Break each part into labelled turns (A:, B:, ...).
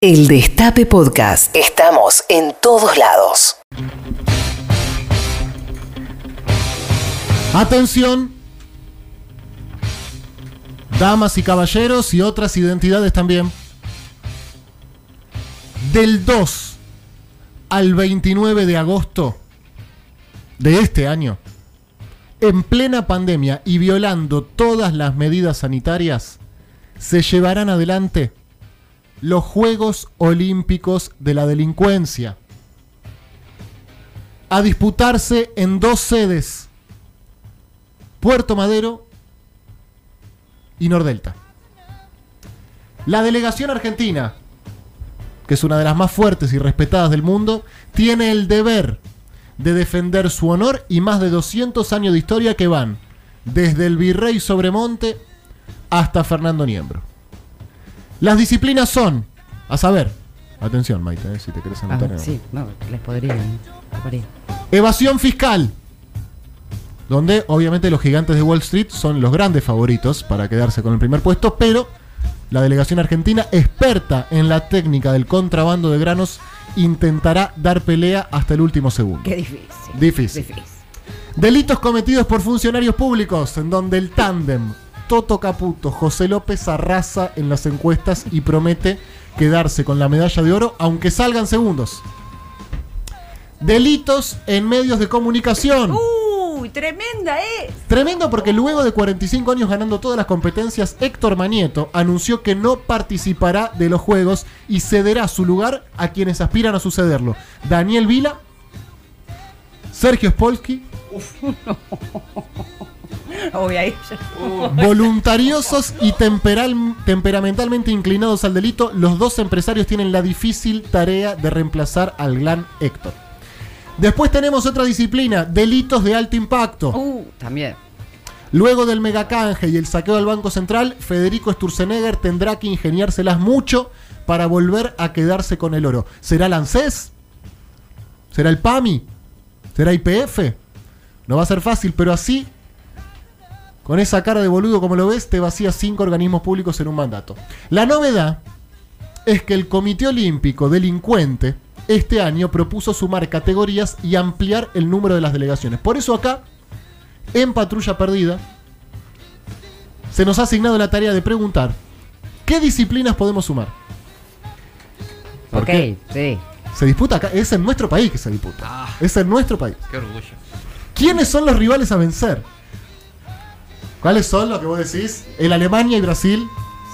A: El Destape Podcast. Estamos en todos lados.
B: Atención. Damas y caballeros y otras identidades también. Del 2 al 29 de agosto de este año, en plena pandemia y violando todas las medidas sanitarias, se llevarán adelante los Juegos Olímpicos de la Delincuencia. A disputarse en dos sedes, Puerto Madero y Nordelta. La delegación argentina, que es una de las más fuertes y respetadas del mundo, tiene el deber de defender su honor y más de 200 años de historia que van desde el virrey Sobremonte hasta Fernando Niembro. Las disciplinas son, a saber, atención Maite, eh, si te querés
C: Ah,
B: anotar. en-
C: sí, no, les podría. podría.
B: Evasión fiscal. Donde obviamente los gigantes de Wall Street son los grandes favoritos para quedarse con el primer puesto, pero la delegación argentina, experta en la técnica del contrabando de granos, intentará dar pelea hasta el último segundo.
C: Qué difícil.
B: Difícil.
C: Difícil.
B: Delitos cometidos por funcionarios públicos, en donde el tándem Toto Caputo, José López arrasa en las encuestas y promete quedarse con la medalla de oro, aunque salgan segundos. Delitos en medios de comunicación.
D: ¡Uy, tremenda es!
B: Tremendo porque luego de 45 años ganando todas las competencias, Héctor Manieto anunció que no participará de los Juegos y cederá su lugar a quienes aspiran a sucederlo. Daniel Vila, Sergio Spolsky,
D: Obvio, ahí ya-
B: voluntariosos y temperal- temperamentalmente inclinados al delito, los dos empresarios tienen la difícil tarea de reemplazar al gran Héctor. Después tenemos otra disciplina, delitos de alto impacto.
C: Uh, también.
B: Luego del megacanje y el saqueo del Banco Central, Federico Sturzenegger tendrá que ingeniárselas mucho para volver a quedarse con el oro. ¿Será el ANSES? ¿Será el PAMI? ¿Será IPF? No va a ser fácil, pero así, con esa cara de boludo como lo ves, te vacías cinco organismos públicos en un mandato. La novedad es que el Comité Olímpico Delincuente este año propuso sumar categorías y ampliar el número de las delegaciones. Por eso acá en Patrulla Perdida, se nos ha asignado la tarea de preguntar qué disciplinas podemos sumar. ¿Por
C: Ok,
B: qué?
C: sí.
B: Se disputa acá, es en nuestro país que se disputa. Es en nuestro país.
E: Qué orgullo.
B: ¿Quiénes son los rivales a vencer? ¿Cuáles son los que vos decís? El Alemania y Brasil.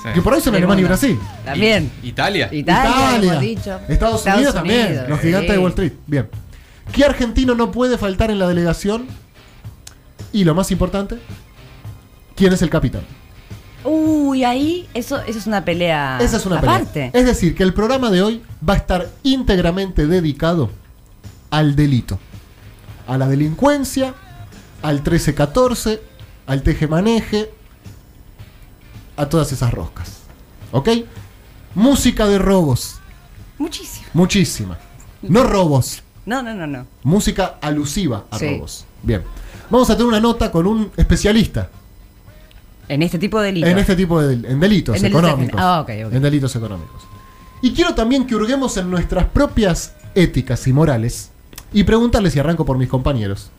E: Sí.
B: Que por ahí son
C: De
B: Alemania y
C: una.
B: Brasil.
C: También.
E: I- Italia.
C: Italia, hemos dicho.
B: Estados, Unidos también. Los gigantes de
C: sí.
B: Wall Street. Bien. ¿Qué argentino no puede faltar en la delegación? Y lo más importante, ¿quién es el capitán?
D: Uy, ahí, eso, eso es una pelea.
B: Esa es una pelea. Eh,
D: aparte.
B: Es decir, que el programa de hoy va a estar íntegramente dedicado al delito, a la delincuencia, al 1314, al tejemaneje, a todas esas roscas. ¿Ok? Música de robos,
D: Muchísimo.
B: muchísima. No robos,
D: No, no, no, no.
B: música alusiva a
C: Sí.
B: robos. Bien. Vamos a tener una nota con un especialista
C: En este tipo de delitos.
B: En este tipo de del- en delitos
C: En delitos
B: económicos.
C: económicos. Ah, ok, ok.
B: En delitos económicos. Y quiero también que hurguemos en nuestras propias éticas y morales y preguntarles, y arranco por mis compañeros,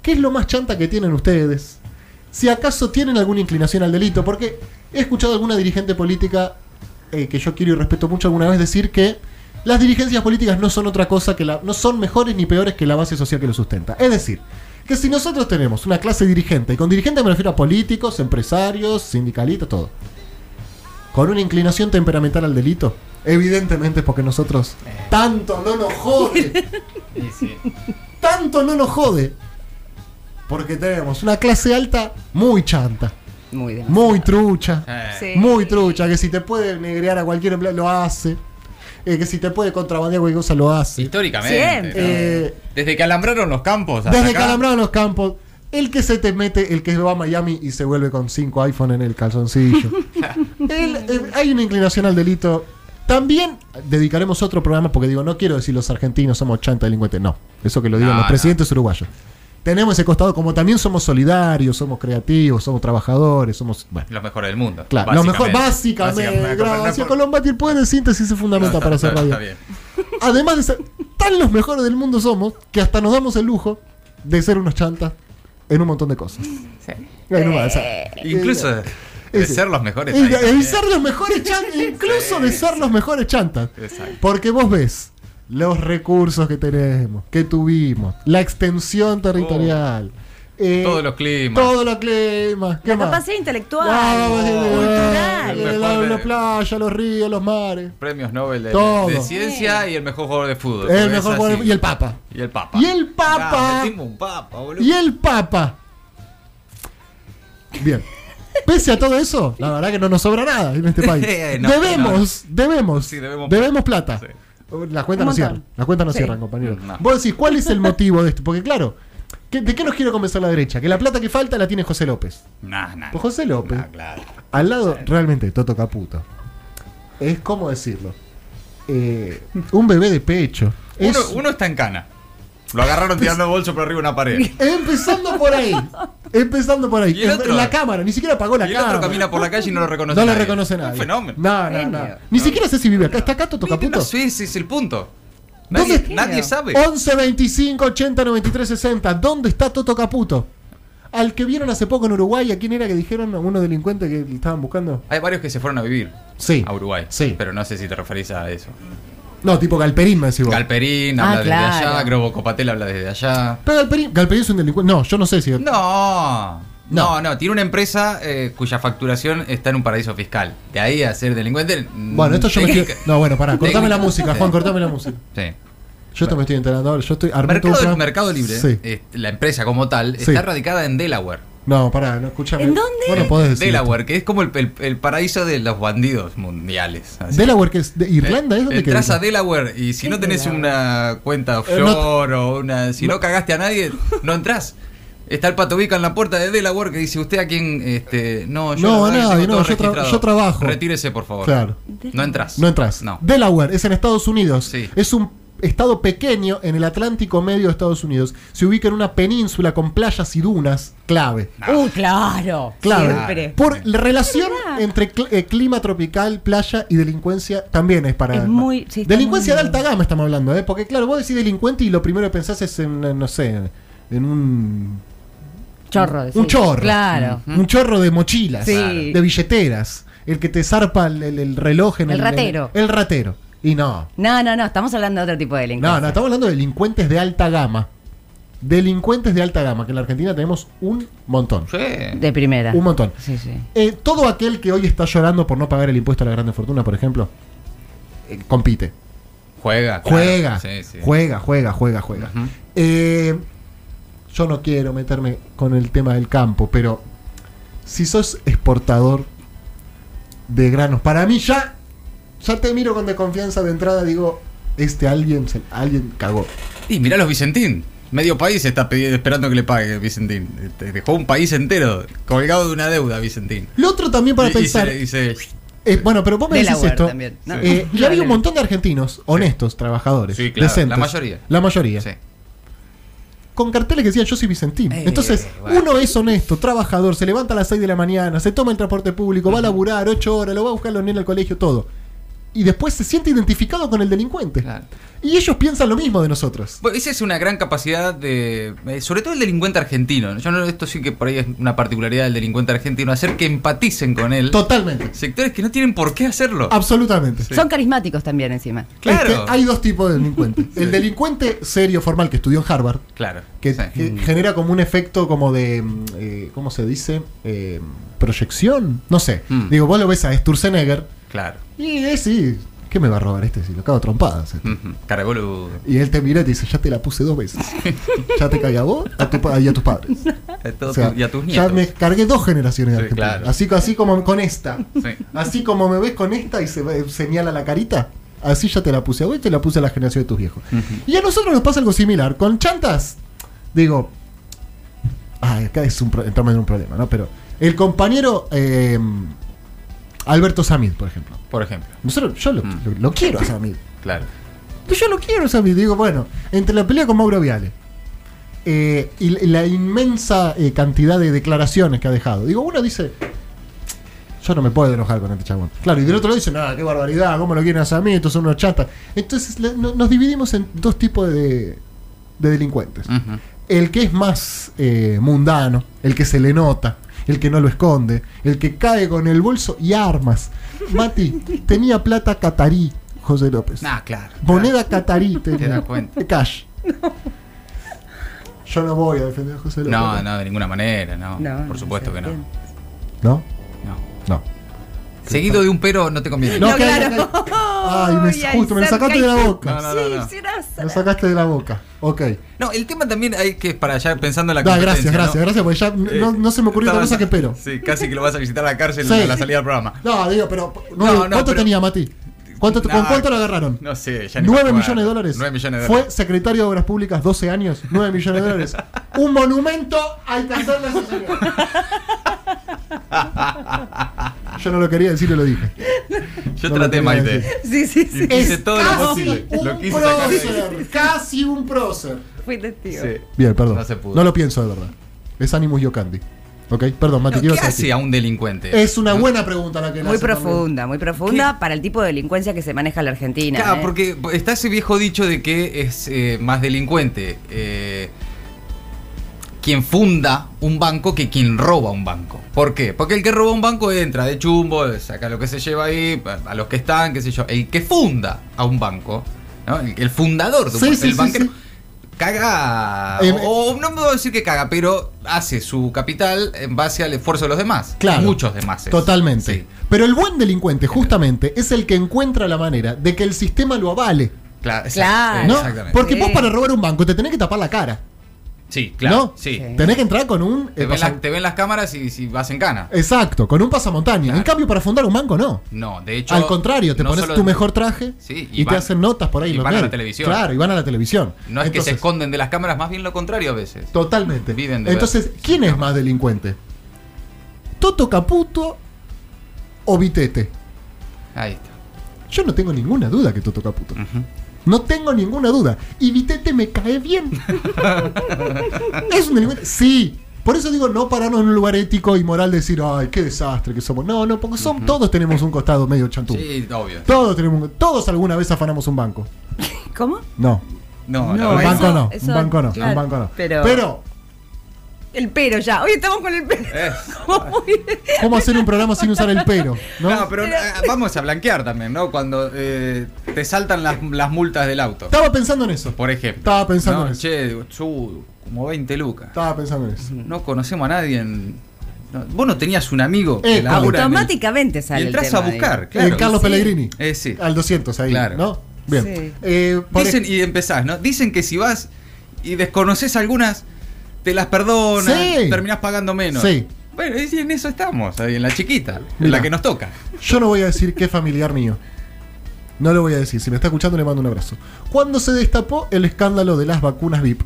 B: ¿qué es lo más chanta que tienen ustedes? Si acaso tienen alguna inclinación al delito, porque he escuchado a alguna dirigente política eh, que yo quiero y respeto mucho alguna vez decir que las dirigencias políticas no son otra cosa que la. no son mejores ni peores que la base social que lo sustenta. Es decir, que si nosotros tenemos una clase dirigente, y con dirigente me refiero a políticos, empresarios, sindicalistas, todo, con una inclinación temperamental al delito, evidentemente es porque nosotros tanto no nos jode,
E: Sí, sí.
B: tanto no nos jode, porque tenemos una clase alta muy chanta,
C: Muy bien.
B: muy trucha.
E: Eh,
D: Sí.
B: Muy trucha, que si te puede negrear a cualquier empleado, lo hace. Eh, que si te puede contrabandear cualquier cosa, lo hace.
E: Históricamente.
D: Siempre.
B: Eh,
E: Desde que alambraron los campos. hasta
B: desde
E: acá,
B: Calambrado los Campos, el que se te mete, el que va a Miami y se vuelve con cinco iPhone en el calzoncillo. El, eh, hay una inclinación al delito. También dedicaremos otro programa, porque digo, no quiero decir los argentinos somos chanta delincuentes. No, eso que lo digan
E: No,
B: los
E: no.
B: presidentes uruguayos. tenemos ese costado, como también somos solidarios, somos creativos, somos trabajadores, somos. Bueno,
E: Los mejores del mundo.
B: claro, lo mejor, básicamente, gracias Colombati, el poder de síntesis es fundamental para hacer radio.
E: Está bien.
B: Además de ser tan los mejores del mundo somos, que hasta nos damos el lujo de ser unos chantas en un montón de cosas. En una de esas.
E: Eh, Incluso de- de
B: Eh, sí.
E: ser los mejores.
B: Y
E: ahí
B: de,
E: también.
B: de ser los mejores chantas, incluso de ser los mejores chantas.
E: Exacto.
B: Porque vos ves los recursos que tenemos, que tuvimos, la extensión territorial. eh,
E: Oh. Todos los climas.
B: Todos los climas. ¿Qué
D: La
B: más? Ah,
D: capacidad intelectual,
B: Guau,
D: cultural.
B: eh,
E: Mejor
B: la-
E: de-
B: la playa, los ríos, los mares.
E: Premios Nobel de,
B: Todo.
E: de ciencia y el mejor jugador de fútbol.
B: El
E: porque
B: mejor
E: es
B: jugador
E: así.
B: de- y el Papa.
E: Y el Papa.
B: Y el Papa.
E: Ya, metimos un Papa, boludo.
B: Y el Papa. Bien. Pese a todo eso, la verdad que no nos sobra nada en este país.
E: Eh, No,
B: debemos, debemos,
E: Sí,
B: debemos,
E: debemos
B: plata.
E: Sí.
B: Las
D: Un
B: cuentas no
D: montón.
B: cierran. Las cuentas no
D: Sí.
B: cierran, compañero.
E: No.
B: Vos decís, ¿cuál es el motivo de esto? Porque claro, ¿qué- ¿de qué nos quiere convencer la derecha? Que la plata que falta la tiene José López.
E: Nah, nah.
B: Pues José López.
E: Nah, claro.
B: Al lado realmente de Toto Caputo. Es como decirlo. Eh, un bebé de pecho. Es-
E: Uno, uno está en cana. Lo agarraron tirando bolso por arriba de una pared. Y
B: Empezando por ahí. Empezando por ahí.
E: Y el otro-
B: la cámara, ni siquiera apagó la
E: el
B: cámara.
E: otro camina por la calle y no lo reconoce
B: no la
E: nadie.
B: reconoce nadie.
E: Un fenómeno.
B: No, no, no.
C: Genio.
B: Ni siquiera sé si vive acá. ¿Está acá Toto
E: Viste,
B: Caputo?
E: No sé, ese es el punto.
B: ¿Dónde
E: Nadie,
B: está?
E: nadie sabe.
B: 11 25 80 93 60. ¿Dónde está Toto Caputo? Al que vieron hace poco en Uruguay, ¿a quién era que dijeron a unos delincuentes que le estaban buscando?
E: Hay varios que se fueron a vivir
B: Sí.
E: a Uruguay.
B: Sí.
E: Pero no sé si te referís a eso.
B: No, tipo Galperín, me decís vos.
E: Galperín
C: Ah,
E: habla desde
C: claro.
E: allá, Grobo Copatel habla desde allá.
B: Pero Galperín, Galperín es un delincuente. No, yo no sé si.
E: No.
B: No.
E: No, no, tiene una empresa eh, cuya facturación está en un paraíso fiscal. De ahí a ser delincuente. mm,
B: Bueno, esto yo me estoy.
E: técnica-
B: No, bueno, pará. Cortame la
E: técnica.
B: música, Juan,
E: Sí.
B: cortame la música.
E: Sí.
B: Yo esto me estoy enterando ahora. Yo estoy armé todo un
E: Mercado,
B: plan-
E: Mercado Libre,
B: Sí.
E: eh, la empresa como tal,
B: Sí.
E: está radicada en Delaware.
B: No, pará, no escuchame.
D: ¿En dónde?
B: Vos no podés decir.
E: Delaware, que es como el, el- el paraíso de los bandidos mundiales.
B: esto.
E: así.
B: Delaware, que es de Irlanda, ¿es donde
E: Entrás
B: queda?
E: a Delaware y si no tenés una cuenta
B: Eh, no-
E: offshore o una. Si no, cagaste a nadie, no entrás. Está el pato Vica en la puerta de Delaware que dice: ¿Usted a quién? Este, no, yo.
B: No,
E: la verdad
B: a
E: que
B: nadie,
E: tengo todo
B: no, yo tra-
E: registrado.
B: yo trabajo.
E: Retírese, por favor.
B: Claro.
E: No entras.
B: No entras.
E: No.
B: Delaware es en Estados Unidos.
E: Sí.
B: Es un estado pequeño en el Atlántico medio de Estados Unidos. Se ubica en una península con playas y dunas clave.
C: Uh, claro.
B: Claro.
C: Siempre.
B: Por la relación entre cl- eh, clima tropical, playa y delincuencia también es para.
D: Es muy- sí, está
B: delincuencia
D: muy
B: de alta gama estamos hablando, ¿eh? Porque, claro, vos decís delincuente y lo primero que pensás es en, eh, no sé, en un.
C: Chorro. decís.
B: Un chorro. Mm.
C: Claro.
B: Un chorro de mochilas,
C: Sí.
B: de billeteras. El que te zarpa el, el- el reloj en
C: El
B: el.
C: ratero.
B: El, ratero. Y no.
C: No, no, no. Estamos hablando de otro tipo de delincuencia.
B: No, no, estamos hablando de delincuentes de alta gama. Delincuentes de alta gama, que en la Argentina tenemos un montón.
E: Sí.
C: De primera.
B: Un montón.
C: Sí, sí.
B: Eh, todo aquel que hoy está llorando por no pagar el impuesto a la grande fortuna, por ejemplo, eh, compite.
E: Juega. claro.
B: Juega,
E: Sí, sí.
B: juega, juega, juega, juega.
E: Ujú.
B: Eh, yo no quiero meterme con el tema del campo, pero si sos exportador de granos, para mí ya, ya te miro con desconfianza de entrada, digo, este alguien, se- alguien cagó.
E: Y mirá los Vicentín. Medio país está pidi- esperando que le pague Vicentín. Este, dejó un país entero colgado de una deuda, Vicentín.
B: Lo otro también para
E: Y- y se
B: pensar...
E: le dice,
B: Eh, bueno, pero vos me decís
C: Delaware
B: esto.
C: también, ¿no?
B: eh,
C: Sí.
B: y había un montón de argentinos, honestos, trabajadores,
E: Sí, claro,
B: decentes,
E: la mayoría.
B: La mayoría.
E: sí.
B: Con carteles que decían yo soy Vicentín.
E: Eh,
B: Entonces,
E: bueno.
B: uno es honesto, trabajador, se levanta a las 6 de la mañana, se toma el transporte público, va a laburar 8 horas, lo va a buscar los nenes al colegio, todo. Y después se siente identificado con el delincuente.
E: Claro.
B: Y ellos piensan lo mismo de nosotros.
E: Bueno, esa es una gran capacidad de. eh, Sobre todo el delincuente argentino. Yo no, esto sí que por ahí es una particularidad del delincuente argentino, hacer que empaticen con él.
B: Totalmente.
E: Sectores que no tienen por qué hacerlo.
B: Ah, Absolutamente.
C: Son carismáticos también encima.
E: Claro.
B: Este, hay dos tipos de delincuentes. El delincuente serio, formal, que estudió en Harvard,
E: Claro.
B: que,
E: sí. Mm.
B: que genera como un efecto como de, mm, eh, ¿cómo se dice? Eh, proyección, no sé.
E: Mm.
B: Digo, vos lo ves a Sturzenegger
E: Claro.
B: y es sí, ¿qué me va a robar este si lo cago a trompadas? este?
E: Ujú. Carabolo.
B: Y él te mira y te dice, ya te la puse dos veces. ya te cagué a vos a tu pa- y a tus padres.
E: A
B: O
E: todos
B: sea,
E: eh, tu- y a tus
B: ya
E: nietos.
B: me cargué dos generaciones de
E: Sí,
B: Argentina.
E: claro.
B: Así, así como con esta.
E: Sí.
B: Así como me ves con esta y se ve- señala la carita, así ya te la puse a vos y te la puse a la generación de tus viejos. Y a nosotros nos pasa algo similar. Con chantas, digo, ay, acá es un, pro- entramos en un problema, ¿no? Pero el compañero eh, Alberto Samid, por ejemplo.
E: Por ejemplo.
B: Nosotros, yo lo,
E: Mm.
B: lo- lo quiero a Samid.
E: Claro.
B: Pero yo lo quiero a Samid. Digo, bueno, entre la pelea con Mauro Viale, eh, y l- la inmensa eh, cantidad de declaraciones que ha dejado. Digo, uno dice, yo no me puedo enojar con este chabón. Claro, y del otro lado dice, nada, qué barbaridad, cómo lo quieren hacer a mí, estos son unos chatas. Entonces le- no- nos dividimos en dos tipos de, de delincuentes.
E: Ujú.
B: El que es más eh, mundano, el que se le nota, el que no lo esconde, el que cae con el bolso y armas. Mati, tenía plata catarí, José López.
E: Nah, claro.
B: Moneda catarí tenía.
E: das cuenta.
B: De cash. Yo no voy a defender a José López.
E: No, no, de ninguna manera, no.
C: No,
E: Por
C: no,
E: supuesto
C: se
E: que no.
C: entiende.
B: ¿No?
E: no.
B: No.
E: Seguido de un pero no te conviene.
B: No,
D: No,
B: que hay-
D: claro.
B: que hay- Ay, me,
D: Ay,
B: justo, me lo
D: cerca
B: sacaste
D: y
B: de la
D: cerca.
B: boca.
E: No, no, no, no.
D: Sí, sí, no,
B: Me lo sacaste de la boca. Ok.
E: No, el tema también hay que, para allá pensando en la
B: Da,
E: competencia.
B: gracias, gracias,
E: ¿no?
B: gracias, porque ya n-
E: Eh,
B: no, no se me ocurrió otra
E: estabas-
B: cosa que pero.
E: Sí, casi que lo vas a visitar a la cárcel
B: Sí.
E: a la salida del programa.
B: No, digo, pero.
E: No,
B: nueve-
E: no,
B: ¿Cuánto
E: pero-
B: tenía, Mati? ¿Cuánto,
E: Nah,
B: ¿Con cuánto lo agarraron?
E: No sé, ya ni me
B: 9
E: acuerdo.
B: millones de dólares.
E: 9 millones de
B: Fue
E: dólares.
B: secretario de Obras Públicas 12 años. 9 millones de dólares. Un monumento al casarle a ese señor. Yo no lo quería decir y lo dije. No
E: Yo
B: lo
E: traté,
B: quería
E: Maite.
B: decir.
D: Sí, sí, sí.
E: Y hice todo lo
B: casi
E: posible.
B: Un
E: Lo quise sacar de ahí.
B: prócer. Casi un prócer.
D: Fui testigo.
E: Sí.
B: Bien, perdón.
E: No se pudo.
B: lo pienso de verdad. Es Animus Yocandi. ¿Ok? Perdón, Mati, ¿qué
E: No, ¿Qué
B: ibas a
E: hace
B: decir?
E: a un delincuente?
B: Es una buena pregunta la que le
C: Muy
B: hace también.
C: profunda, muy profunda para el tipo de delincuencia que se maneja en la Argentina.
E: Claro,
C: ¿eh?
E: porque está ese viejo dicho de que es eh, más delincuente eh, quien funda un banco que quien roba un banco. ¿Por qué? Porque el que roba un banco entra de chumbo, saca lo que se lleva ahí, a- a los que están, qué sé yo. El que funda a un banco, ¿no? el, el fundador de un
B: Sí,
E: banco,
B: sí,
E: el
B: sí,
E: banquero,
B: sí.
E: caga,
B: Eh,
E: o, o no me voy a decir que caga, pero hace su capital en base al esfuerzo de los demás.
B: Claro.
E: Muchos demás.
B: Totalmente.
E: Sí,
B: Pero el buen delincuente, justamente, es el que encuentra la manera de que el sistema lo avale.
E: claro. exact- eh,
C: Claro.
B: ¿no?
E: Ah, Exactamente.
B: Porque
C: Sí.
B: vos para robar un banco te tenés que tapar la cara.
E: Sí, claro.
B: ¿no?
E: Sí.
B: Tenés que entrar con un. eh,
E: Te ven,
B: pasa-
E: las- te ven las cámaras y si vas en cana.
B: Exacto, con un pasamontaña. En cambio, para fundar un banco, no.
E: No, de hecho.
B: Al contrario, te
E: no
B: pones
E: solo-
B: tu mejor traje
E: Sí,
B: y,
E: y
B: te
E: van-
B: hacen notas por ahí.
E: y
B: en los
E: van a la
B: medios.
E: televisión.
B: Claro, y van a la televisión.
E: No es que se
B: Entonces-
E: esconden de las cámaras, más bien lo contrario a veces.
B: Totalmente.
E: Viven de
B: Entonces,
E: ver.
B: ¿quién es más delincuente? ¿Toto Caputo o Vitete?
E: Ahí está.
B: Yo no tengo ninguna duda que Toto Caputo.
E: Ujú.
B: No tengo ninguna duda. Y Vitete me cae bien. es un delincuente. Sí. Por eso digo, no pararnos en un lugar ético y moral de decir, ay, qué desastre que somos. No, no, porque son, todos tenemos un costado medio chantú.
E: Sí, obvio.
B: Todos tenemos un- todos alguna vez afanamos un banco.
D: ¿Cómo?
B: No.
E: No,
D: No,
E: la
B: un
E: verdad
B: banco
D: eso-
B: no.
D: eso-
B: un banco no. un
D: claro,
B: banco no.
D: pero- El pero ya. Hoy estamos con el pero.
E: Es.
D: Como muy-
B: ¿cómo hacer un programa sin usar el pero?
E: No,
B: ¿no?
E: pero eh, vamos a blanquear también, ¿no? Cuando eh, te saltan las, las multas del auto,
B: Estaba pensando en eso.
E: por ejemplo.
B: Estaba pensando
E: No,
B: en eso.
E: Che, su, como 20 lucas.
B: Estaba pensando en eso.
E: No conocemos a nadie en. no, vos no tenías un amigo
B: Eh,
E: labura en el-
C: Automáticamente sale.
E: Y
C: el
E: entras a
C: tema,
E: buscar,
C: digo.
E: claro.
B: Eh, Carlos
E: Sí.
B: Pellegrini.
E: Eh, sí.
B: Al 200 ahí.
E: Claro.
B: ¿No? Bien.
D: Sí.
B: Eh, por
E: Dicen,
B: ej-
E: y empezás, ¿no? Dicen que si vas y desconoces algunas, te las perdonan,
B: Sí.
E: terminás pagando menos.
B: Sí.
E: Bueno, y en eso estamos, ahí en la chiquita, en
B: Mirá.
E: la que nos toca.
B: Yo no voy a decir qué familiar mío. No lo voy a decir. Si me está escuchando, le mando un abrazo. Cuando se destapó el escándalo de las vacunas VIP,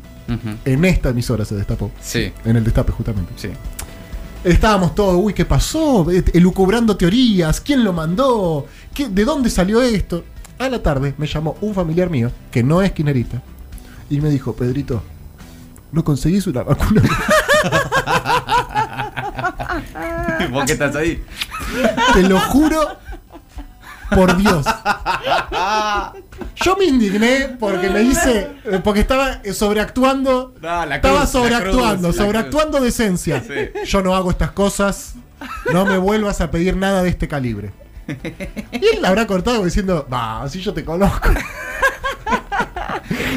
B: en esta emisora se destapó.
E: Sí,
B: En el destape, justamente.
E: sí.
B: Estábamos todos, uy, ¿qué pasó? Eh, Elucubrando teorías, ¿quién lo mandó? ¿Qué- ¿De dónde salió esto? A la tarde me llamó un familiar mío, que no es kirchnerista, y me dijo, Pedrito, ¿no conseguís una vacuna?
E: Vos que estás ahí.
B: Te lo juro por Dios. Yo me indigné porque me hice. eh, Porque estaba eh, sobreactuando.
E: No, la
B: estaba
E: cruz, la
B: sobreactuando,
E: cruz, la
B: sobreactuando decencia.
E: Sí.
B: Yo no hago estas cosas. No me vuelvas a pedir nada de este calibre. Y él la habrá cortado diciendo, va, si yo te conozco.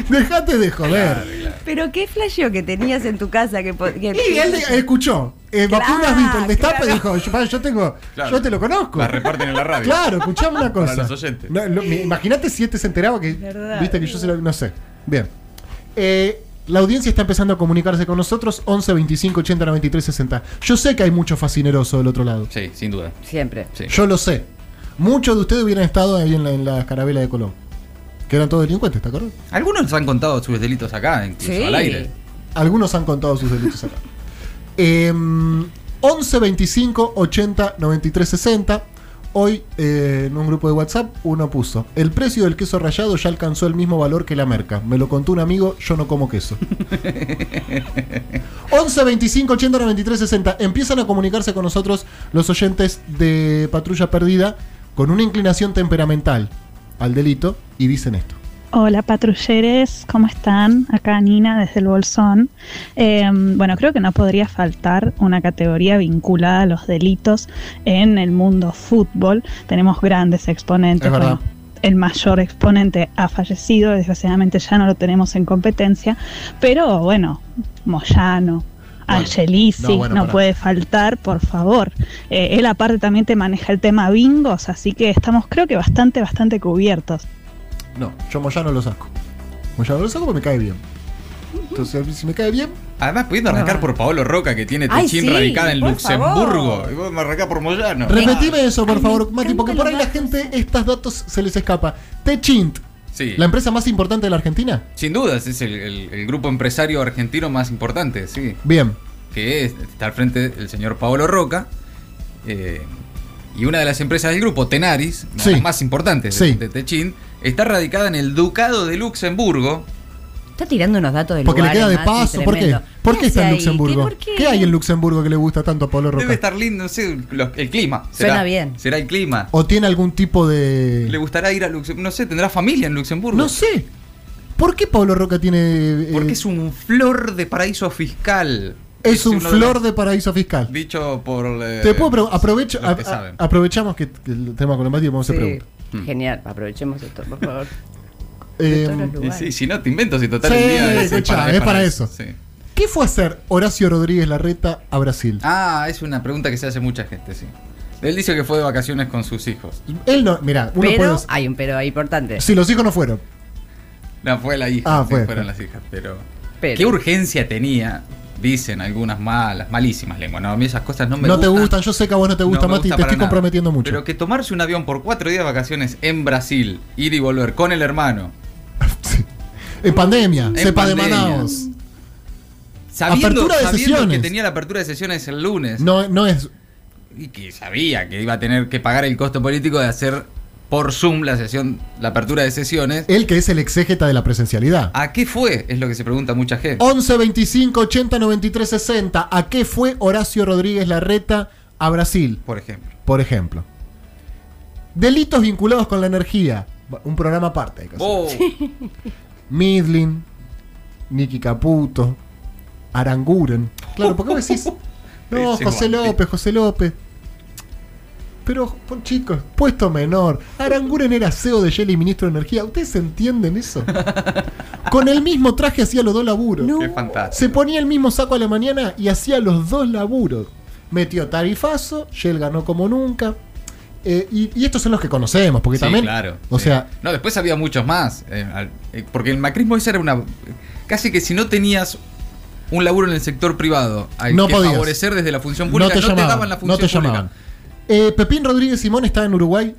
B: Dejate de joder.
D: Pero qué flasheo que tenías en tu casa que. po- que-
B: Y él escuchó, eh,
D: Claro,
B: vacunas VIP, el destape
D: claro.
B: dijo, yo, pa, yo tengo,
E: Claro.
B: yo te lo conozco.
E: La reparten en la radio.
B: Claro, escuchame una cosa.
E: Para los oyentes.
B: No, lo- mi- Imagínate si este se enteraba que.
D: Verdad.
B: Viste que yo se lo. No sé. Bien. Eh, la audiencia está empezando a comunicarse con nosotros. 11 25 80 93 60. Yo sé que hay mucho fascineroso del otro lado.
E: Sí, sin duda.
C: Siempre.
E: Sí.
B: Yo lo sé. Muchos de ustedes hubieran estado ahí en la, en la carabela de Colón. Que eran todos delincuentes, ¿te acuerdas?
E: Algunos nos han contado sus delitos acá, incluso
C: Sí.
E: al aire.
B: Algunos han contado sus delitos acá. Em, 11 25 80 93 60. Hoy eh, en un grupo de WhatsApp uno puso, el precio del queso rallado ya alcanzó el mismo valor que la merca. Me lo contó un amigo, yo no como queso. 11 25 80 93 60. Empiezan a comunicarse con nosotros los oyentes de Patrulla Perdida con una inclinación temperamental al delito y dicen esto.
F: Hola patrulleres, ¿cómo están? Acá Nina desde el Bolsón. Eh, bueno, creo que no podría faltar una categoría vinculada a los delitos en el mundo fútbol. Tenemos grandes exponentes.
B: Es verdad.
F: bueno, el mayor exponente ha fallecido, desgraciadamente ya no lo tenemos en competencia, pero bueno, Moyano.
B: Bueno,
F: Angelisi,
B: no,
F: no,
B: bueno, pará.
F: puede faltar, por favor. Eh, él aparte también te maneja el tema bingos, así que estamos creo que bastante, bastante cubiertos.
B: No, yo Moyano lo saco. Moyano lo saco porque me cae bien. Entonces, a mí si me cae bien,
E: Además,
B: Ah.
E: pudiendo arrancar por Paolo Roca, que tiene
C: Ay,
E: Techín
C: sí,
E: radicada en
C: por
E: Luxemburgo.
C: favor.
E: Y vos me arrancás por Moyano.
B: repetime eso, por
D: Ay,
B: favor,
D: me
B: Mati, porque
D: encantan
B: por ahí
D: los
B: la gente estos datos se les escapa. Techint,
E: Sí.
B: la empresa más importante de la Argentina.
E: Sin dudas, es el, el- el grupo empresario argentino más importante, sí.
B: Bien,
E: Que es- está al frente el señor Paolo Roca. eh, y una de las empresas del grupo, Tenaris, una de
B: Sí.
E: las más importantes de-
B: Sí.
E: de Techín, está radicada en el Ducado de Luxemburgo.
C: Está tirando unos datos del
B: porque le
C: lugar,
B: queda de
C: Mati,
B: paso. ¿Por qué?
C: tremendo.
B: ¿Por qué
D: ¿Qué
B: está en
D: hace ahí?
B: Luxemburgo?
D: ¿Qué- por qué?
B: ¿Qué hay en Luxemburgo que le gusta tanto a Pablo
E: Debe
B: Roca?
E: estar lindo, no sé, los- el clima.
C: Suena bien.
E: Será el clima.
B: ¿O tiene algún tipo
E: ¿Le
B: de.?
E: gustará ir a Luxemburgo? No sé, ¿tendrá familia en Luxemburgo?
B: No sé. ¿Por qué Pablo Roca tiene.? eh,
E: Porque es un flor de paraíso fiscal.
B: es un
E: uno
B: flor
E: los-
B: de paraíso fiscal.
E: Dicho por. eh,
B: Te puedo preguntar. Aprovecho,
E: los que
B: a- a-
E: saben.
B: aprovechamos que, que el tema con el Mati y vamos a
C: Sí.
B: hacer preguntas.
C: Genial, aprovechemos esto, por favor.
B: Eh,
C: De todos los
E: Y
C: lugares.
E: sí, si no te invento, si total
B: Sí,
E: el día es,
B: escuchá, es para eso.
E: sí.
B: ¿Qué fue a hacer Horacio Rodríguez Larreta a Brasil?
E: Ah, es una pregunta que se hace mucha gente, sí. Él dice que fue de vacaciones con sus hijos.
B: Él no. Mirá, uno
C: Pero
B: puede.
C: hay un pero ahí importante.
B: Si los hijos no fueron.
E: No, fue la hija.
B: Ah,
E: sí,
B: fue,
E: fueron
B: fue.
E: las hijas, pero,
C: Pero.
E: ¿Qué urgencia tenía? Dicen algunas malas, malísimas lenguas. No, a mí esas cosas no me
B: no
E: gustan.
B: te gustan. Yo sé que a vos no te gusta,
E: No me
B: Mati,
E: gusta
B: te
E: para
B: estoy
E: nada.
B: comprometiendo mucho.
E: Pero que tomarse un avión por cuatro días de vacaciones en Brasil, ir y volver con el hermano,
B: Sí. En pandemia, cepa de
E: pandemia.
B: Manaos.
E: sabiendo,
B: Apertura de
E: sabiendo
B: sesiones.
E: que tenía la apertura de sesiones el lunes
B: No, no es.
E: y que sabía que iba a tener que pagar el costo político de hacer por Zoom la sesión, la apertura de sesiones.
B: Él que es el exégeta de la presencialidad.
E: ¿A qué fue? Es lo que se pregunta mucha gente.
B: 11 25 80 93 60. ¿A qué fue Horacio Rodríguez Larreta a Brasil,
E: Por ejemplo.
B: por ejemplo? Delitos vinculados con la energía. Un programa aparte. hay que hacer.
E: Oh,
B: Midlin, Nicky Caputo, Aranguren. Claro, porque vos decís. No,
E: Ese
B: José
E: guante.
B: López, José López. Pero, pon- chicos, puesto menor. Aranguren era CEO de Shell y ministro de Energía. ¿Ustedes entienden eso? Con el mismo traje hacía los dos laburos.
E: qué fantástico.
B: Se ponía el mismo saco a la mañana y hacía los dos laburos. Metió tarifazo, Shell ganó como nunca. Eh, y, y estos son los que conocemos, porque
E: Sí,
B: también.
E: claro.
B: O
E: sí.
B: sea,
E: No, después había muchos más. eh, al- eh, porque el macrismo esa era una. Casi que si no tenías un laburo en el sector privado al
B: No
E: que
B: podías.
E: favorecer desde la función pública, no te, daban la
B: no
E: función
B: te
E: pública.
B: llamaban. Eh, Pepín Rodríguez Simón está en Uruguay.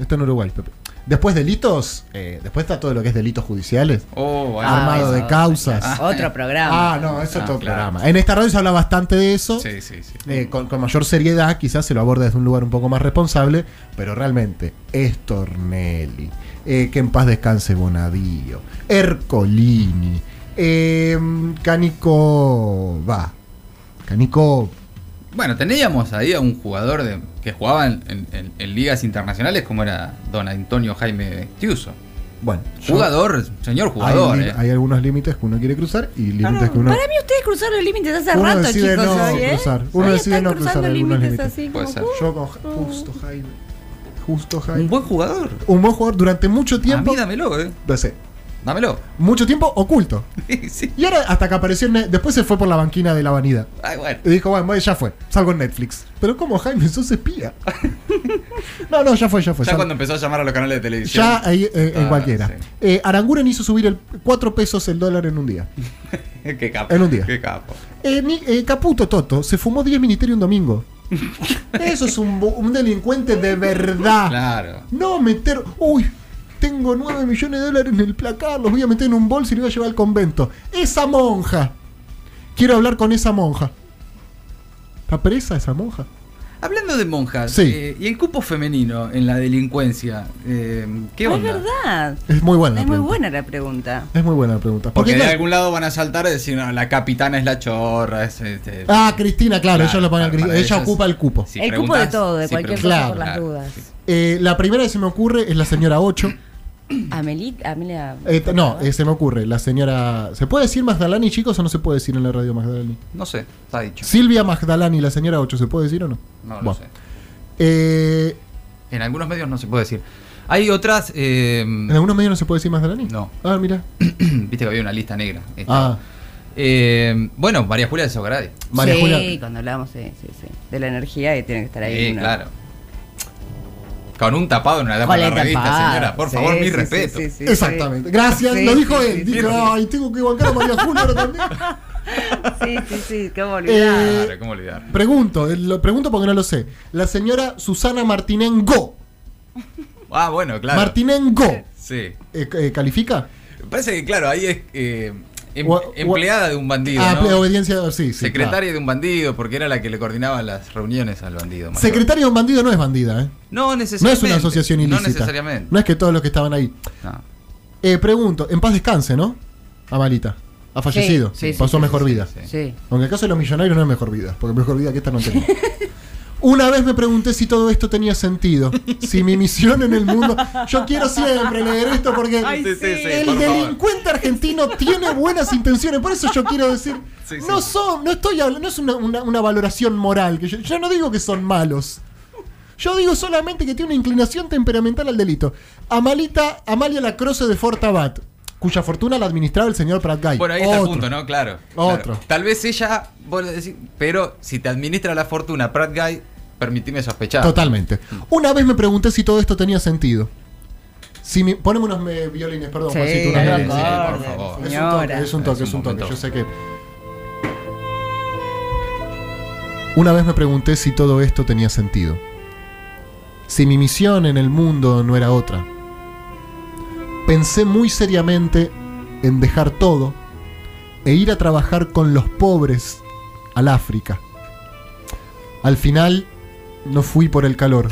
B: Está en Uruguay, Pepe. Después delitos, eh, después está todo lo que es delitos judiciales.
E: Oh, bueno.
B: armado de
C: Ah, eso,
B: causas.
E: claro.
C: Otro programa.
B: Ah, no, eso es
E: Ah,
B: todo
E: claro.
B: programa. En esta radio se habla bastante de eso.
E: Sí, sí, sí.
B: eh, con, con mayor seriedad, quizás se lo aborda desde un lugar un poco más responsable, pero realmente es Tornelli, eh, que en paz descanse Bonadío, Ercolini, eh, Canico va, Canico
E: Bueno, teníamos ahí a un jugador de, que jugaba en, en- en- en ligas internacionales como era don Antonio Jaime Tiuso.
B: Bueno, yo-
E: Jugador, señor
B: hay,
E: jugador.
B: li-
E: eh.
B: hay algunos límites que uno quiere cruzar y límites que uno.
D: Para mí ustedes cruzaron los límites hace
B: Uno
D: rato,
B: decide
D: chicos.
B: no
D: hoy, ¿eh?
B: cruzar, uno
D: Hoy
B: decide
D: están
B: no
D: cruzando
B: cruzar algunos
D: límites
B: límites.
D: así
E: Puede
D: como,
E: ser.
D: uh,
B: Yo con Ja- justo Jaime. Justo
E: Un
B: Jaime.
E: buen jugador.
B: Un buen jugador durante mucho
E: A
B: tiempo.
E: mí dámelo, eh.
B: No sé.
E: Dámelo.
B: Mucho tiempo oculto.
E: sí.
B: Y ahora hasta que apareció en Net- Después se fue por la banquina de la vanidad.
E: Ay, bueno.
B: Y dijo, bueno, bueno, ya fue. Salgo en Netflix. Pero como Jaime, sos espía. no, no, ya fue, pues ya fue.
E: ya
B: sal-
E: cuando empezó a llamar a los canales de televisión.
B: ya ahí, eh, en
E: Ah,
B: cualquiera.
E: sí.
B: Eh, Aranguren hizo subir el 4 pesos el dólar en un día.
E: qué capo.
B: eh, En un día.
E: Qué capo.
B: Eh, mi- eh, Caputo Toto se fumó 10 ministerios un domingo. Eso es un, bu- un delincuente de verdad.
E: Claro.
B: No meter. Uy, tengo 9 millones de dólares en el placar, los voy a meter en un bolso y los voy a llevar al convento. Esa monja. Quiero hablar con esa monja. ¿Está presa esa monja?
E: Hablando de monjas
B: Sí.
E: eh, y el cupo femenino en la delincuencia, eh, ¿qué
C: No,
E: onda?
C: Ah, Es verdad.
B: Es muy buena. la
C: Es muy
B: pregunta.
C: buena la pregunta.
B: Es muy buena la pregunta. ¿Por
E: Porque
B: qué
E: de
B: no-
E: algún lado van a saltar y decir, no, la capitana es la chorra. Es, este,
B: Ah, Cristina, claro, ella lo pone a
E: para-
B: Cristina.
E: para
B: Ella
E: ellas-
B: ocupa el cupo.
E: si
C: el cupo de
E: preguntás-
C: todo, de
E: si
C: cualquier
E: preguntás-
C: cosa por las
E: claro,
C: dudas.
E: sí.
B: Eh, la primera que se me ocurre es la señora 8.
C: Amelit, Amelia.
B: no, eh, se me ocurre, la señora. ¿Se puede decir Magdalani, chicos, o no se puede decir en la radio Magdalani?
E: No sé, está dicho.
B: Silvia Magdalani, la señora 8, ¿se puede decir o no?
E: No lo
B: Bueno.
E: sé.
B: Eh,
E: En algunos medios no se puede decir. Hay otras. eh,
B: ¿En algunos medios no se puede decir Magdalani?
E: No.
B: Ah, mira.
E: Viste que había una lista negra. estaba.
B: Ah.
E: Eh, bueno, María Julia de Sograde.
B: María
C: sí,
B: Julia.
C: cuando hablamos sí, sí, sí, de la energía, que tiene que estar ahí.
E: Sí,
C: una-
E: claro. Con un tapado en la dama
C: Con
E: de la
C: la
E: revista,
C: tapada.
E: señora. Por
C: Sí,
E: favor, mi
C: sí, sí,
E: respeto.
C: sí, sí,
B: Exactamente. Gracias,
C: Sí,
B: lo dijo
C: sí,
B: él.
C: sí,
B: Dijo,
E: sí.
B: ay, tengo que bancar a María Julia ahora también.
C: Sí, sí, sí, cómo olvidar.
B: Eh,
E: Claro, ¿cómo olvidar?
B: Pregunto, eh, lo pregunto porque no lo sé. La señora Susana Martinengo.
E: Ah, bueno, claro.
B: Martinengo.
E: Sí.
B: Eh, eh, ¿Califica?
E: Me Parece que, claro, ahí es eh, em-
B: Gua- gua-
E: empleada de un bandido.
B: Ah,
E: ¿no?
B: obediencia, sí, sí.
E: Secretaria de un bandido, porque era la que le coordinaba las reuniones al bandido.
B: claro.
E: mayor.
B: Secretaria de un bandido no es bandida, ¿eh?
E: No
B: No
E: necesariamente.
B: es una asociación ilícita.
E: No necesariamente.
B: No es que todos los que estaban ahí.
E: No.
B: Eh, pregunto, en paz descanse, ¿no? Amalita. Ha fallecido.
C: Sí, sí,
B: Pasó
E: sí,
B: mejor
E: sí,
B: vida.
E: sí.
C: Sí.
B: Aunque en el caso de los millonarios no es mejor vida, porque mejor vida que esta no tenía. Una vez me pregunté si todo esto tenía sentido, si mi misión en el mundo. Yo quiero siempre leer esto porque
E: Sí, sí, sí,
B: el
E: por favor.
B: delincuente argentino tiene buenas intenciones. Por eso yo quiero decir,
E: Sí, sí.
B: no son, no estoy hablando, no es una, una- una valoración moral. Que yo, yo no digo que son malos. Yo digo solamente que tiene una inclinación temperamental al delito. Amalita, Amalia Lacroce de Fortabat, cuya fortuna la administraba el señor Prat Guy.
E: Bueno, ahí está el
B: Otro.
E: punto, ¿no? Claro.
B: Otro.
E: claro. Tal vez ella, vos le decís, pero si te administra la fortuna Pratt Guy, permitime sospechar.
B: Totalmente. Una vez me pregunté si todo esto tenía sentido. Si mi- poneme unos eh, violines, perdón,
C: Sí,
B: Juancito, unos
E: sí,
C: algo
E: sí,
B: violines.
E: por
C: acorde,
E: favor.
B: Es un toque,
C: señora.
B: es un toque,
E: Es
B: es
E: un
B: un toque.
E: momento.
B: Yo sé que. Una vez me pregunté si todo esto tenía sentido. Si mi misión en el mundo no era otra. Pensé muy seriamente en dejar todo e ir a trabajar con los pobres al África. Al final no fui por el calor.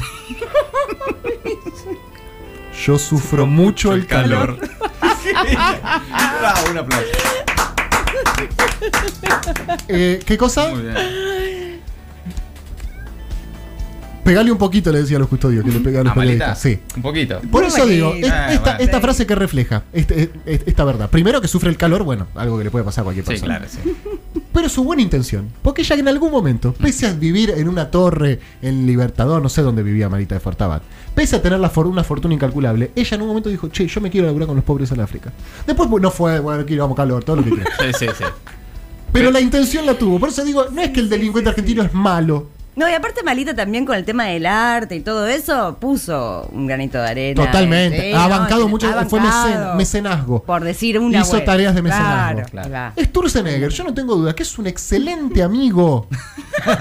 B: Yo sufro mucho el calor.
E: Bravo, un aplauso.
B: Eh, ¿Qué cosa?
E: Muy bien.
B: Pegale un poquito, le decía a los custodios, que le pegaba a los
E: Amalita,
B: periodistas. Sí.
E: Un poquito.
B: Por eso digo, es-
E: Ah,
B: esta,
E: bueno.
B: esta frase que refleja, este- es- esta verdad. Primero que sufre el calor, bueno, algo que le puede pasar a cualquier
E: Sí,
B: persona.
E: claro, sí.
B: Pero su buena intención. Porque ella en algún momento, pese a vivir en una torre, en Libertador, no sé dónde vivía Marita de Fortabat, pese a tener la for- una fortuna incalculable, ella en un momento dijo, che, yo me quiero laburar con los pobres en África. Después pues, no fue, bueno, quiero, vamos calor, todo lo que quiera.
E: Sí, sí, sí.
B: Pero la intención la tuvo. Por eso digo, no es que el delincuente argentino es malo.
C: No, y aparte Malita también con el tema del arte y todo eso, puso un granito de arena.
B: Totalmente.
C: Sí,
B: ha
C: no,
B: bancado
C: ha
B: mucho, fue
C: bancado.
B: mecen- mecenazgo.
C: Por decir una
B: Hizo
C: buena.
B: tareas de mecenazgo.
C: Claro, claro.
B: Sturzenegger, yo no tengo duda que es un excelente amigo.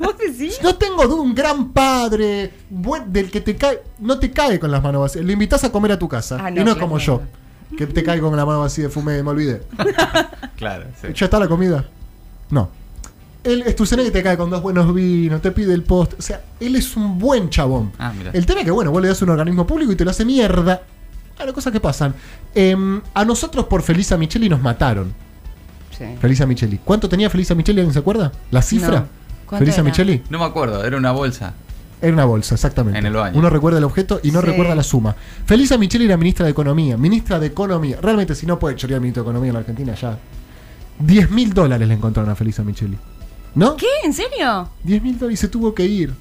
C: ¿Vos decís?
B: No tengo duda, un gran padre, buen- del que te cae, no te cae con las manos vacías. Lo invitas a comer a tu casa.
C: Ah,
B: y
C: no,
B: no es
C: claro.
B: como yo, que te cae con la mano vacía de fumé, me olvidé.
E: Claro, sí.
B: ¿Ya está la comida? No. Él, Sturzenegger te cae con dos buenos vinos, te pide el post. O sea, él es un buen chabón.
E: Ah, mira.
B: El tema es que, bueno, vos le das un organismo público y te lo hace mierda. Claro, cosas que pasan. Em, a nosotros por Felisa Micheli nos mataron.
C: Sí.
B: Felisa Micheli. ¿Cuánto tenía Felisa Micheli? ¿Alguien se acuerda? ¿La cifra?
C: No. ¿Cuánto
B: Felisa
C: era?
B: Micheli.
E: No me acuerdo, era una bolsa.
B: Era una bolsa, exactamente.
E: En el baño.
B: Uno recuerda el objeto y no
C: Sí.
B: recuerda la suma. Felisa Micheli era ministra de Economía. Ministra de Economía. Realmente, si no puede chorear ministro de Economía en la Argentina, ya. 10 mil dólares le encontraron a Felisa Micheli. ¿No?
C: ¿Qué? ¿En serio?
B: 10 mil dólares y se tuvo que ir.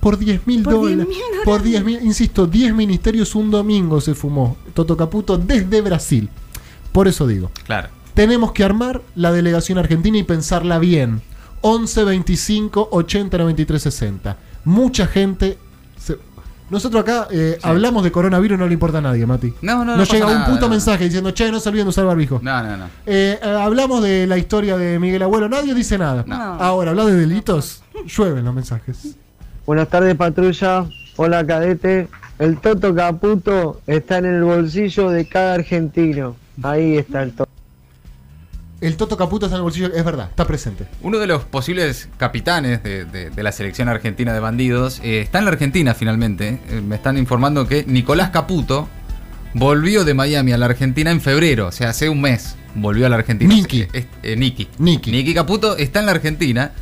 B: Por 10 mil
C: Por 10.000
B: dólares.
C: dólares.
B: Por 10 mil, insisto, 10 ministerios un domingo se fumó. Toto Caputo desde Brasil. Por eso digo,
E: Claro.
B: tenemos que armar la delegación argentina y pensarla bien. 11, 25, 80, 93, 60. Mucha gente. se- Nosotros acá eh, hablamos de coronavirus, no le importa a nadie, Mati.
E: No, no, no
B: Nos
E: pasa
B: llega un
E: nada,
B: puto
E: no.
B: mensaje diciendo, che, no se olviden de usar barbijo.
E: No, no, no.
B: Eh, eh, hablamos de la historia de Miguel Abuelo, nadie dice nada.
E: No.
B: Ahora, hablar de delitos, llueven los mensajes.
G: Buenas tardes, patrulla. Hola, cadete. El Toto Caputo está en el bolsillo de cada argentino. Ahí está el Toto.
B: El Toto Caputo está en el bolsillo, es verdad, está presente.
E: Uno de los posibles capitanes de, de- de la selección argentina de bandidos eh, está en la Argentina finalmente. Eh, me están informando que Nicolás Caputo volvió de Miami a la Argentina en febrero, o sea, hace un mes volvió a la Argentina.
B: Nicky.
E: Eh, eh, eh, Nicky.
B: Nicky.
E: Nicky Caputo está en la Argentina.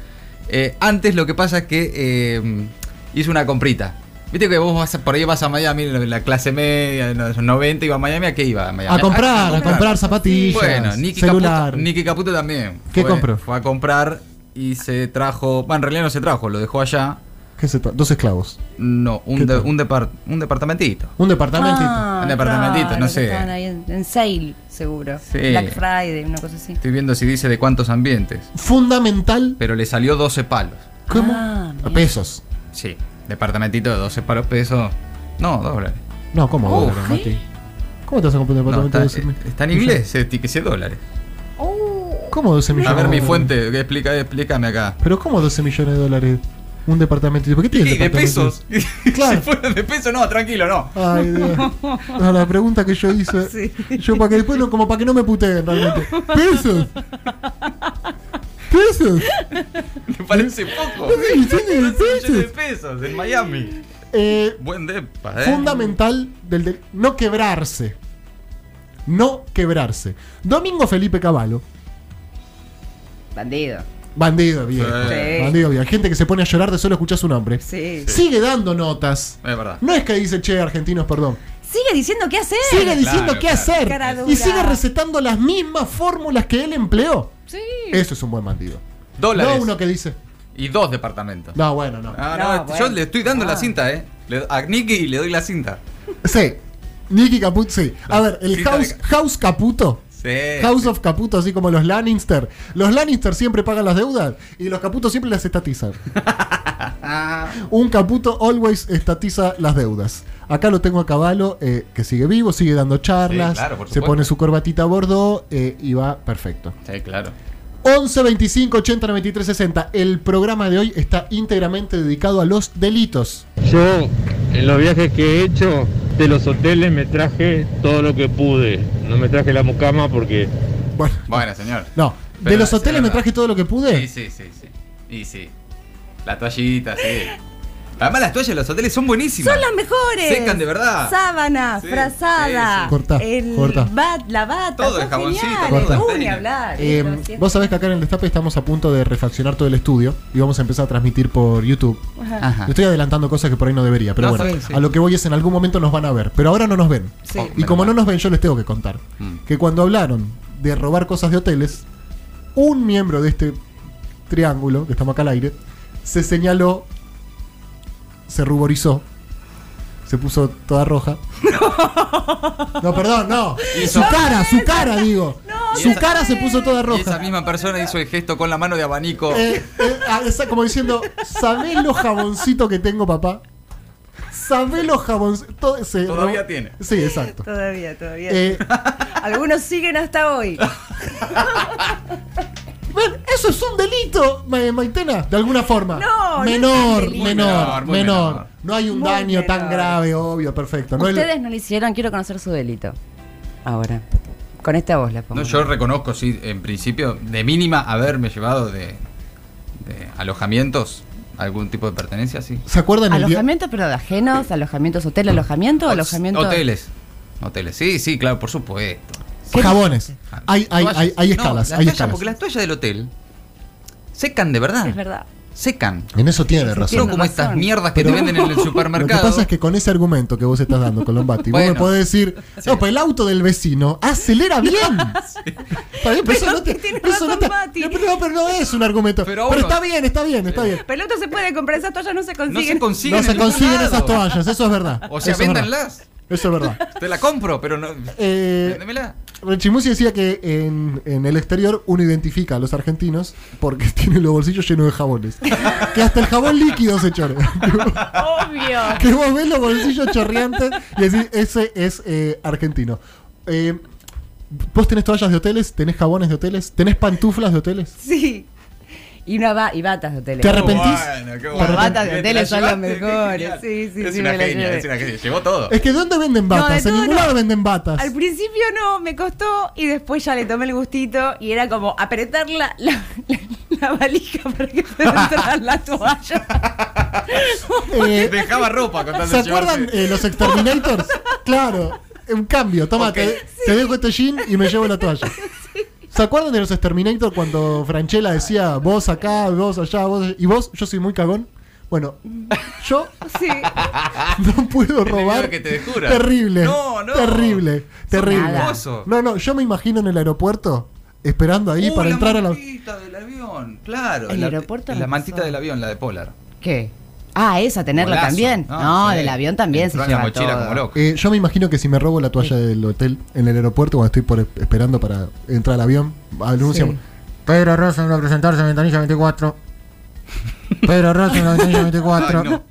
E: Eh, antes lo que pasa es que eh, hizo una comprita. Viste que vos vas, a- por ahí vas a Miami, la la clase media, en los 90 iba a Miami, ¿a qué iba? A, Miami?
B: A comprar, a comprar zapatillas,
E: Bueno, Nicky
B: celular.
E: Caputo, Nicky Caputo también.
B: ¿Qué
E: Fue-
B: compró?
E: Fue a comprar y se trajo. Bueno, en realidad no se trajo, lo dejó allá.
B: ¿Qué se tra- Dos esclavos.
E: No,
B: ¿Qué
E: un, de-
B: tal?
E: un, depar- un departamentito.
B: Un departamentito.
E: Un departamentito, no
C: que
E: sé.
C: Ah, Estaban ahí en, en sale, seguro.
E: Sí.
C: Black Friday, una cosa así.
E: Estoy viendo si dice de cuántos ambientes.
B: Fundamental.
E: Pero le salió 12 palos.
B: ¿Cómo?
C: Ah, mira.
B: Pesos.
E: Sí, departamentito de 12 palos pesos. No, dólares.
B: No, ¿cómo
E: Oh,
B: dólares, Mati? ¿Cómo te vas a comprar un
E: No,
B: departamento
E: está, eh,
B: de 12 mil-
E: está en inglés, etiqueté dólares.
B: ¿Cómo 12 millones?
E: A ver, mi
B: de dólares?
E: fuente, que explica, explícame acá.
B: ¿Pero cómo 12 millones de dólares? Un departamentito. ¿Por qué tiene
E: Y de
B: departamentos?
E: pesos.
B: Claro.
E: si fuera de pesos, no, tranquilo, no.
B: Ay, Dios. No, la pregunta que yo hice. Yo para que después no, como para que no me puteen realmente. ¿Pesos? ¿Pesos?
E: Me parece poco.
B: Sí, sí, de
E: Millones de
B: pesos.
E: pesos en Miami.
B: Eh,
E: Buen depa, eh.
B: fundamental del, del- no quebrarse. No quebrarse. Domingo Felipe Cavallo.
C: Bandido.
B: Bandido viejo.
E: Sí.
B: Bandido viejo. Gente que se pone a llorar de solo escuchar su nombre.
C: Sí.
B: Sigue dando notas.
E: Es verdad.
B: No es que dice, che, argentinos, perdón.
C: Sigue diciendo qué hacer.
B: Sigue diciendo
E: Eh, Claro,
B: qué
E: claro.
B: hacer.
C: Cara dura.
B: Y sigue recetando las mismas fórmulas que él empleó.
C: Sí.
B: Eso es un buen bandido.
E: Dólares
B: No uno que dice.
E: y dos departamentos.
B: No, bueno, no.
E: Ah,
C: No,
E: no,
C: bueno.
E: yo le estoy dando la
C: Ah.
E: cinta, eh. Le- a Nicky le doy la cinta.
B: Sí. Nicky Caputo, sí. A ver, el
E: Cita
B: House,
E: Ah, de-
B: house Caputo.
E: Sí.
B: House of Caputo, así como los Lannister. Los Lannister siempre pagan las deudas y los Caputo siempre las estatizan. Un Caputo always estatiza las deudas. Acá lo tengo a Caballo, eh, que sigue vivo, sigue dando charlas,
E: Sí, claro, por
B: se
E: supuesto.
B: pone su corbatita a bordo eh, y va perfecto.
E: Sí, claro.
B: 11 25 80 93 60. El programa de hoy está íntegramente dedicado a los delitos.
H: Yo, en los viajes que he hecho, de los hoteles me traje todo lo que pude. No me traje la mucama porque
B: Bueno,
E: Bueno, señor.
B: no. de
E: Pero
B: los
E: es
B: hoteles me
E: verdad.
B: traje todo lo que pude.
E: Sí, sí, sí, sí. Y sí. La toallita, sí. Además las toallas de los hoteles son buenísimas.
C: Son las mejores.
E: Secan de verdad.
C: Sábana,
E: Sí, sí,
C: frazada.
E: sí.
B: Cortá,
C: el
B: cortá.
C: bat- la bata.
E: Todo,
C: son
E: el jaboncito,
C: geniales.
B: todo.
C: Uh, ni hablar.
B: Eh,
C: Eso, sí.
B: vos sabés que acá en el Destape estamos a punto de refaccionar todo el estudio y vamos a empezar a transmitir por YouTube.
E: Ajá.
B: Le Estoy adelantando cosas que por ahí no debería, pero
E: No,
B: bueno,
E: sí, sí.
B: a lo que voy es en algún momento nos van a ver, pero ahora no nos ven.
C: Sí.
E: Oh,
B: Y
E: menos
B: como no
E: mal.
B: nos ven, yo les tengo que contar
E: Mm.
B: que cuando hablaron de robar cosas de hoteles, un miembro de este triángulo, que estamos acá al aire, se señaló, se ruborizó, se puso toda roja. No, perdón, no.
E: Hizo-
B: Su cara, su cara, digo. su cara se puso toda roja.
E: Y esa misma persona hizo el gesto con la mano de abanico.
B: Eh, eh, ah, esa- como diciendo, ¿sabés los jaboncitos que tengo, papá? ¿Sabés los jaboncitos?
E: Todavía tiene.
B: Sí, exacto.
C: Todavía, todavía.
B: Eh,
C: Algunos siguen hasta hoy.
B: ven, eso es un delito, Ma- Maitena, de alguna forma.
C: No, no
B: menor,
C: es un delito.
B: menor, menor,
E: Muy menor, muy menor.
B: No hay un
C: Muy
B: daño tan
C: menor.
B: grave, obvio, perfecto. No es lo-
C: Ustedes no le hicieron, quiero conocer su delito. Ahora. Con esta voz la pongo.
E: No, yo reconozco, sí, en principio, de mínima haberme llevado de, de alojamientos algún tipo de pertenencia, sí.
B: ¿Se acuerdan el día?
C: ¿Alojamiento, pero de ajenos? ¿Alojamientos hotel? ¿Alojamiento? ¿Alojamiento?
E: Hoteles. Hoteles, sí, sí, claro, por supuesto.
B: Jabones. Hay, hay, hay, hay
E: No,
B: escalas,
E: las
B: hay
E: toallas,
B: escalas.
E: Porque las toallas del hotel secan de verdad.
D: Es verdad.
E: Secan.
B: En eso tiene
E: No
B: razón.
E: como estas mierdas que
B: Pero-
E: te venden en el
B: Lo que
E: supermercado.
B: pasa es que con ese argumento que vos estás dando, Colombati, vos me
E: Bueno.
B: podés decir, no, pero el auto del vecino acelera bien. Está bien, pero, eso
C: Pero
B: no te-
C: que tiene
B: eso
C: razón,
B: no te-
C: Mati.
B: no, pero, no, pero no es un argumento.
E: Pero
B: Pero,
E: uno-
B: está bien, está bien, está bien.
C: Pero esto se puede comprar, esas toallas no se
E: no
C: consiguen.
E: se consiguen.
B: No
E: en
B: se
E: ningún
B: consiguen
E: lado.
B: esas toallas, eso es verdad.
E: O sea,
B: Eso es verdad.
E: véndanlas.
B: Eso es verdad.
E: Te la compro, pero no.
B: Eh,
E: Véndemela.
B: Rechimusi decía que en, en el exterior uno identifica a los argentinos porque tienen los bolsillos llenos de jabones. que hasta el jabón líquido se chorrea.
D: Obvio.
B: que vos ves los bolsillos chorreantes y decís, ese es eh, argentino. Eh, ¿Vos tenés toallas de hoteles? ¿Tenés jabones de hoteles? ¿Tenés pantuflas de hoteles?
C: Sí. Y, una ba- y batas de hoteles.
B: ¿Te arrepentís?
E: Bueno, qué
C: Las batas
E: Bien,
C: de hoteles
E: la
C: son las
E: llevaste,
C: mejores.
E: genial.
C: Sí, sí,
E: es
C: sí,
E: una
C: me la
E: genia,
C: llevé.
E: es una genia. Llevó todo.
B: Es que ¿de dónde venden
C: No, de
B: batas? en
C: todo
B: ningún
C: no.
B: lado venden batas.
C: Al principio no, me costó y después ya le tomé el gustito y era como apretar la, la, la- la valija para que pueda entrar la toalla.
B: Eh,
E: Dejaba ropa con tal de
B: ¿Se acuerdan
E: llevarse.
B: eh, los Exterminators? claro, un cambio. Toma,
E: Ok.
B: te, te dejo este jean y me llevo la toalla. ¿Se acuerdan de los Exterminator cuando Franchella decía vos acá, vos allá, vos allá"? y vos? Yo soy muy cagón. Bueno, yo
C: Sí.
B: no puedo
E: El miedo
B: robar.
E: que te descubra.
B: Terrible.
E: No, no.
B: Terrible. Terrible.
E: hermoso.
B: No, no, yo me imagino en el aeropuerto esperando ahí
E: Uh,
B: para entrar a
E: La
B: la.
E: mantita del avión, claro.
C: El
E: la,
C: aeropuerto
E: La
C: me
E: mantita
C: pasó.
E: del avión, la de Polar.
C: ¿Qué? Ah, esa, tenerla
E: Golazo. Ah,
C: también. No,
E: sí.
C: del avión también se
E: Entró en la
C: lleva
E: mochila
C: todo.
E: como loco.
B: Eh, yo me imagino que si me robo la toalla del hotel en el aeropuerto cuando estoy por, esperando para entrar al avión, anuncian. Pedro Rosen va a presentarse en Ventanilla 24. Pedro Rosen en la Ventanilla 24.
E: Ay, no.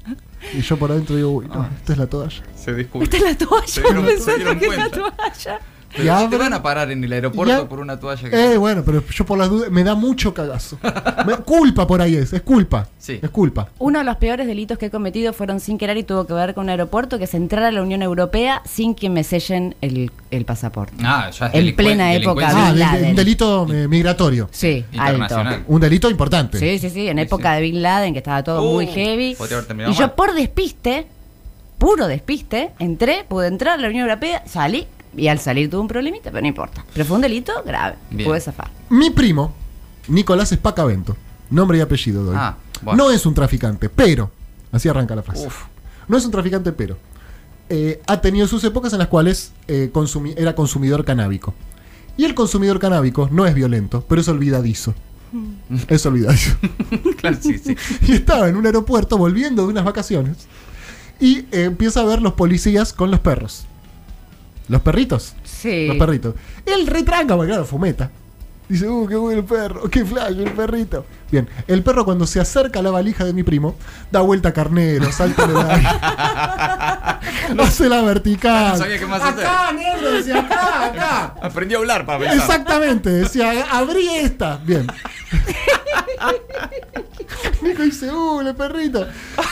B: Y yo por adentro digo, uy, no, esta es la toalla.
E: Se descubre.
D: Esta es la
E: Se
D: toalla,
E: dieron- se
D: pensando
E: dieron
D: que es la
E: cuenta.
D: toalla.
E: Te,
B: Y
E: te
B: abro-
E: van a parar en el
B: y
E: aeropuerto
B: ab-
E: por una toalla que.
B: Eh, bueno, pero yo por las dudas, me da mucho cagazo. Me- culpa por ahí es, es culpa.
E: Sí.
B: Es culpa.
D: Uno de los peores delitos que he cometido fueron sin querer y tuvo que ver con un aeropuerto que es entrar a la Unión Europea sin que me sellen el, el pasaporte.
E: Ah, ya es
C: En
E: delincu-
C: plena época
E: delincuencia.
B: Ah, de-
C: Bin
B: de-
C: Laden.
B: un delito eh, migratorio.
C: Sí, alto.
E: Internacional.
B: Un delito importante.
C: Sí, sí, sí, en
E: Sí,
C: época
E: sí.
C: de Bin Laden, que estaba todo
E: Uh,
C: muy heavy.
E: podría haber terminado
C: Y
E: mal.
C: yo por despiste, puro despiste, entré, pude entrar a la Unión Europea, salí, y al salir tuve un problemita, pero no importa. Pero fue un delito grave,
E: Bien.
C: pude zafar.
B: Mi primo, Nicolás Espacavento, nombre y apellido doy.
E: Ah, bueno.
B: No es un traficante, pero. Así arranca la frase.
E: Uf.
B: No es un traficante, pero. eh, ha tenido sus épocas en las cuales eh, consumi- era consumidor canábico. Y el consumidor canábico no es violento, pero es olvidadizo.
E: Mm.
B: Es olvidadizo.
E: Claro, sí, sí.
B: y estaba en un aeropuerto volviendo de unas vacaciones. Y eh, empieza a ver los policías con los perros. Los perritos.
C: Sí.
B: Los perritos. Él retranca, porque claro, fumeta. Dice, uh, qué bueno el perro, qué flash el perrito. Bien, el perro cuando se acerca a la valija de mi primo, da vuelta a carnero, salta de la... hace la vertical.
E: No sabía qué más hacer.
B: acá, negro, decía, acá, acá.
E: Aprendí a hablar para pensar.
B: Exactamente, decía, abrí esta. Bien. Nico dice, uh, el perrito.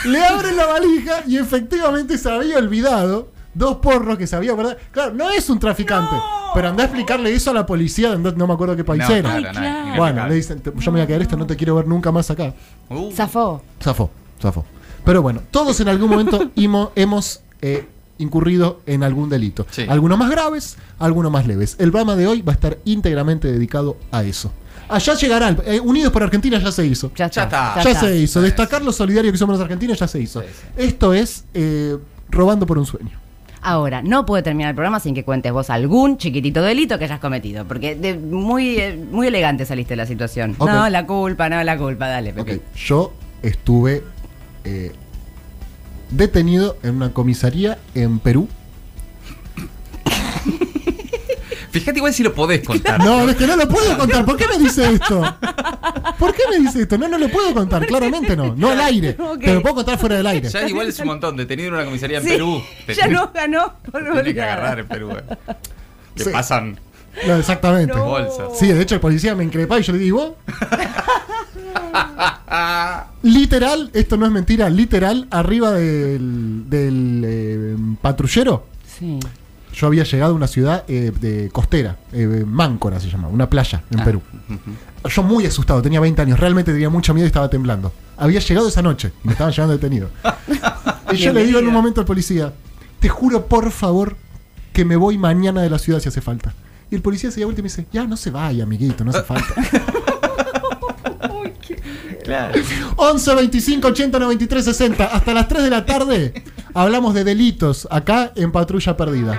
B: Le abre la valija y efectivamente se había olvidado dos porros que se había guardado. Claro, no es un traficante. Pero andá a explicarle eso a la policía, de andá- no me acuerdo qué país
E: No,
B: era.
E: claro, no, inexplicable.
B: Bueno, le dicen, te- yo me voy a quedar esta, no te quiero ver nunca más acá.
E: Uh,
D: Zafó.
B: Zafó, zafó. Pero bueno, todos en algún momento himo- hemos eh, incurrido en algún delito.
E: Sí.
B: Algunos más graves, algunos más leves. El Bama de hoy va a estar íntegramente dedicado a eso. Allá llegará, el- eh, Unidos por Argentina ya se hizo.
C: Ya está.
E: está.
B: Ya,
E: Ya
B: se hizo.
E: Sí,
B: Destacar lo solidario que somos los argentinos ya se hizo.
E: Sí, sí.
B: Esto es eh, robando por un sueño.
C: Ahora, no puede terminar el programa sin que cuentes vos algún chiquitito delito que hayas cometido, porque de- muy, eh, muy elegante saliste de la situación.
B: Ok.
C: No, la culpa, no, la culpa, dale,
B: Ok,
C: Pepe.
B: Yo estuve eh, detenido en una comisaría en Perú.
E: Fíjate igual si lo podés contar.
B: No, es que no lo puedo contar. ¿Por qué me dice esto? ¿Por qué me dice esto? No, no lo puedo contar. Claramente no. No al aire.
C: Ok.
B: Te lo puedo contar fuera del aire.
E: Ya igual es un montón. Detenido en una comisaría en
C: Sí,
E: Perú. Te
C: ya no ganó por
E: Tiene que
C: nada.
E: agarrar en Perú. eh. Te
B: Sí.
E: pasan
B: No, exactamente.
E: bolsas.
B: Sí, de hecho el policía me increpaba y yo le digo, "¿Y vos?".
E: Ah,
B: literal, esto no es mentira, literal, arriba del, del, eh, patrullero,
C: Sí.
B: yo había llegado a una ciudad eh, de costera, eh, Máncora se llama, una playa en Perú. Yo muy asustado, tenía 20 años, realmente tenía mucho miedo y estaba temblando. Había llegado esa noche, me estaban llevando detenido. y yo le digo en un momento al policía, te juro por favor que me voy mañana de la ciudad si hace falta. Y el policía se da vuelta y me dice, ya no se vaya, amiguito, no hace falta. 11 25 80 93 60 hasta las 3 de la tarde hablamos de delitos acá en Patrulla Perdida.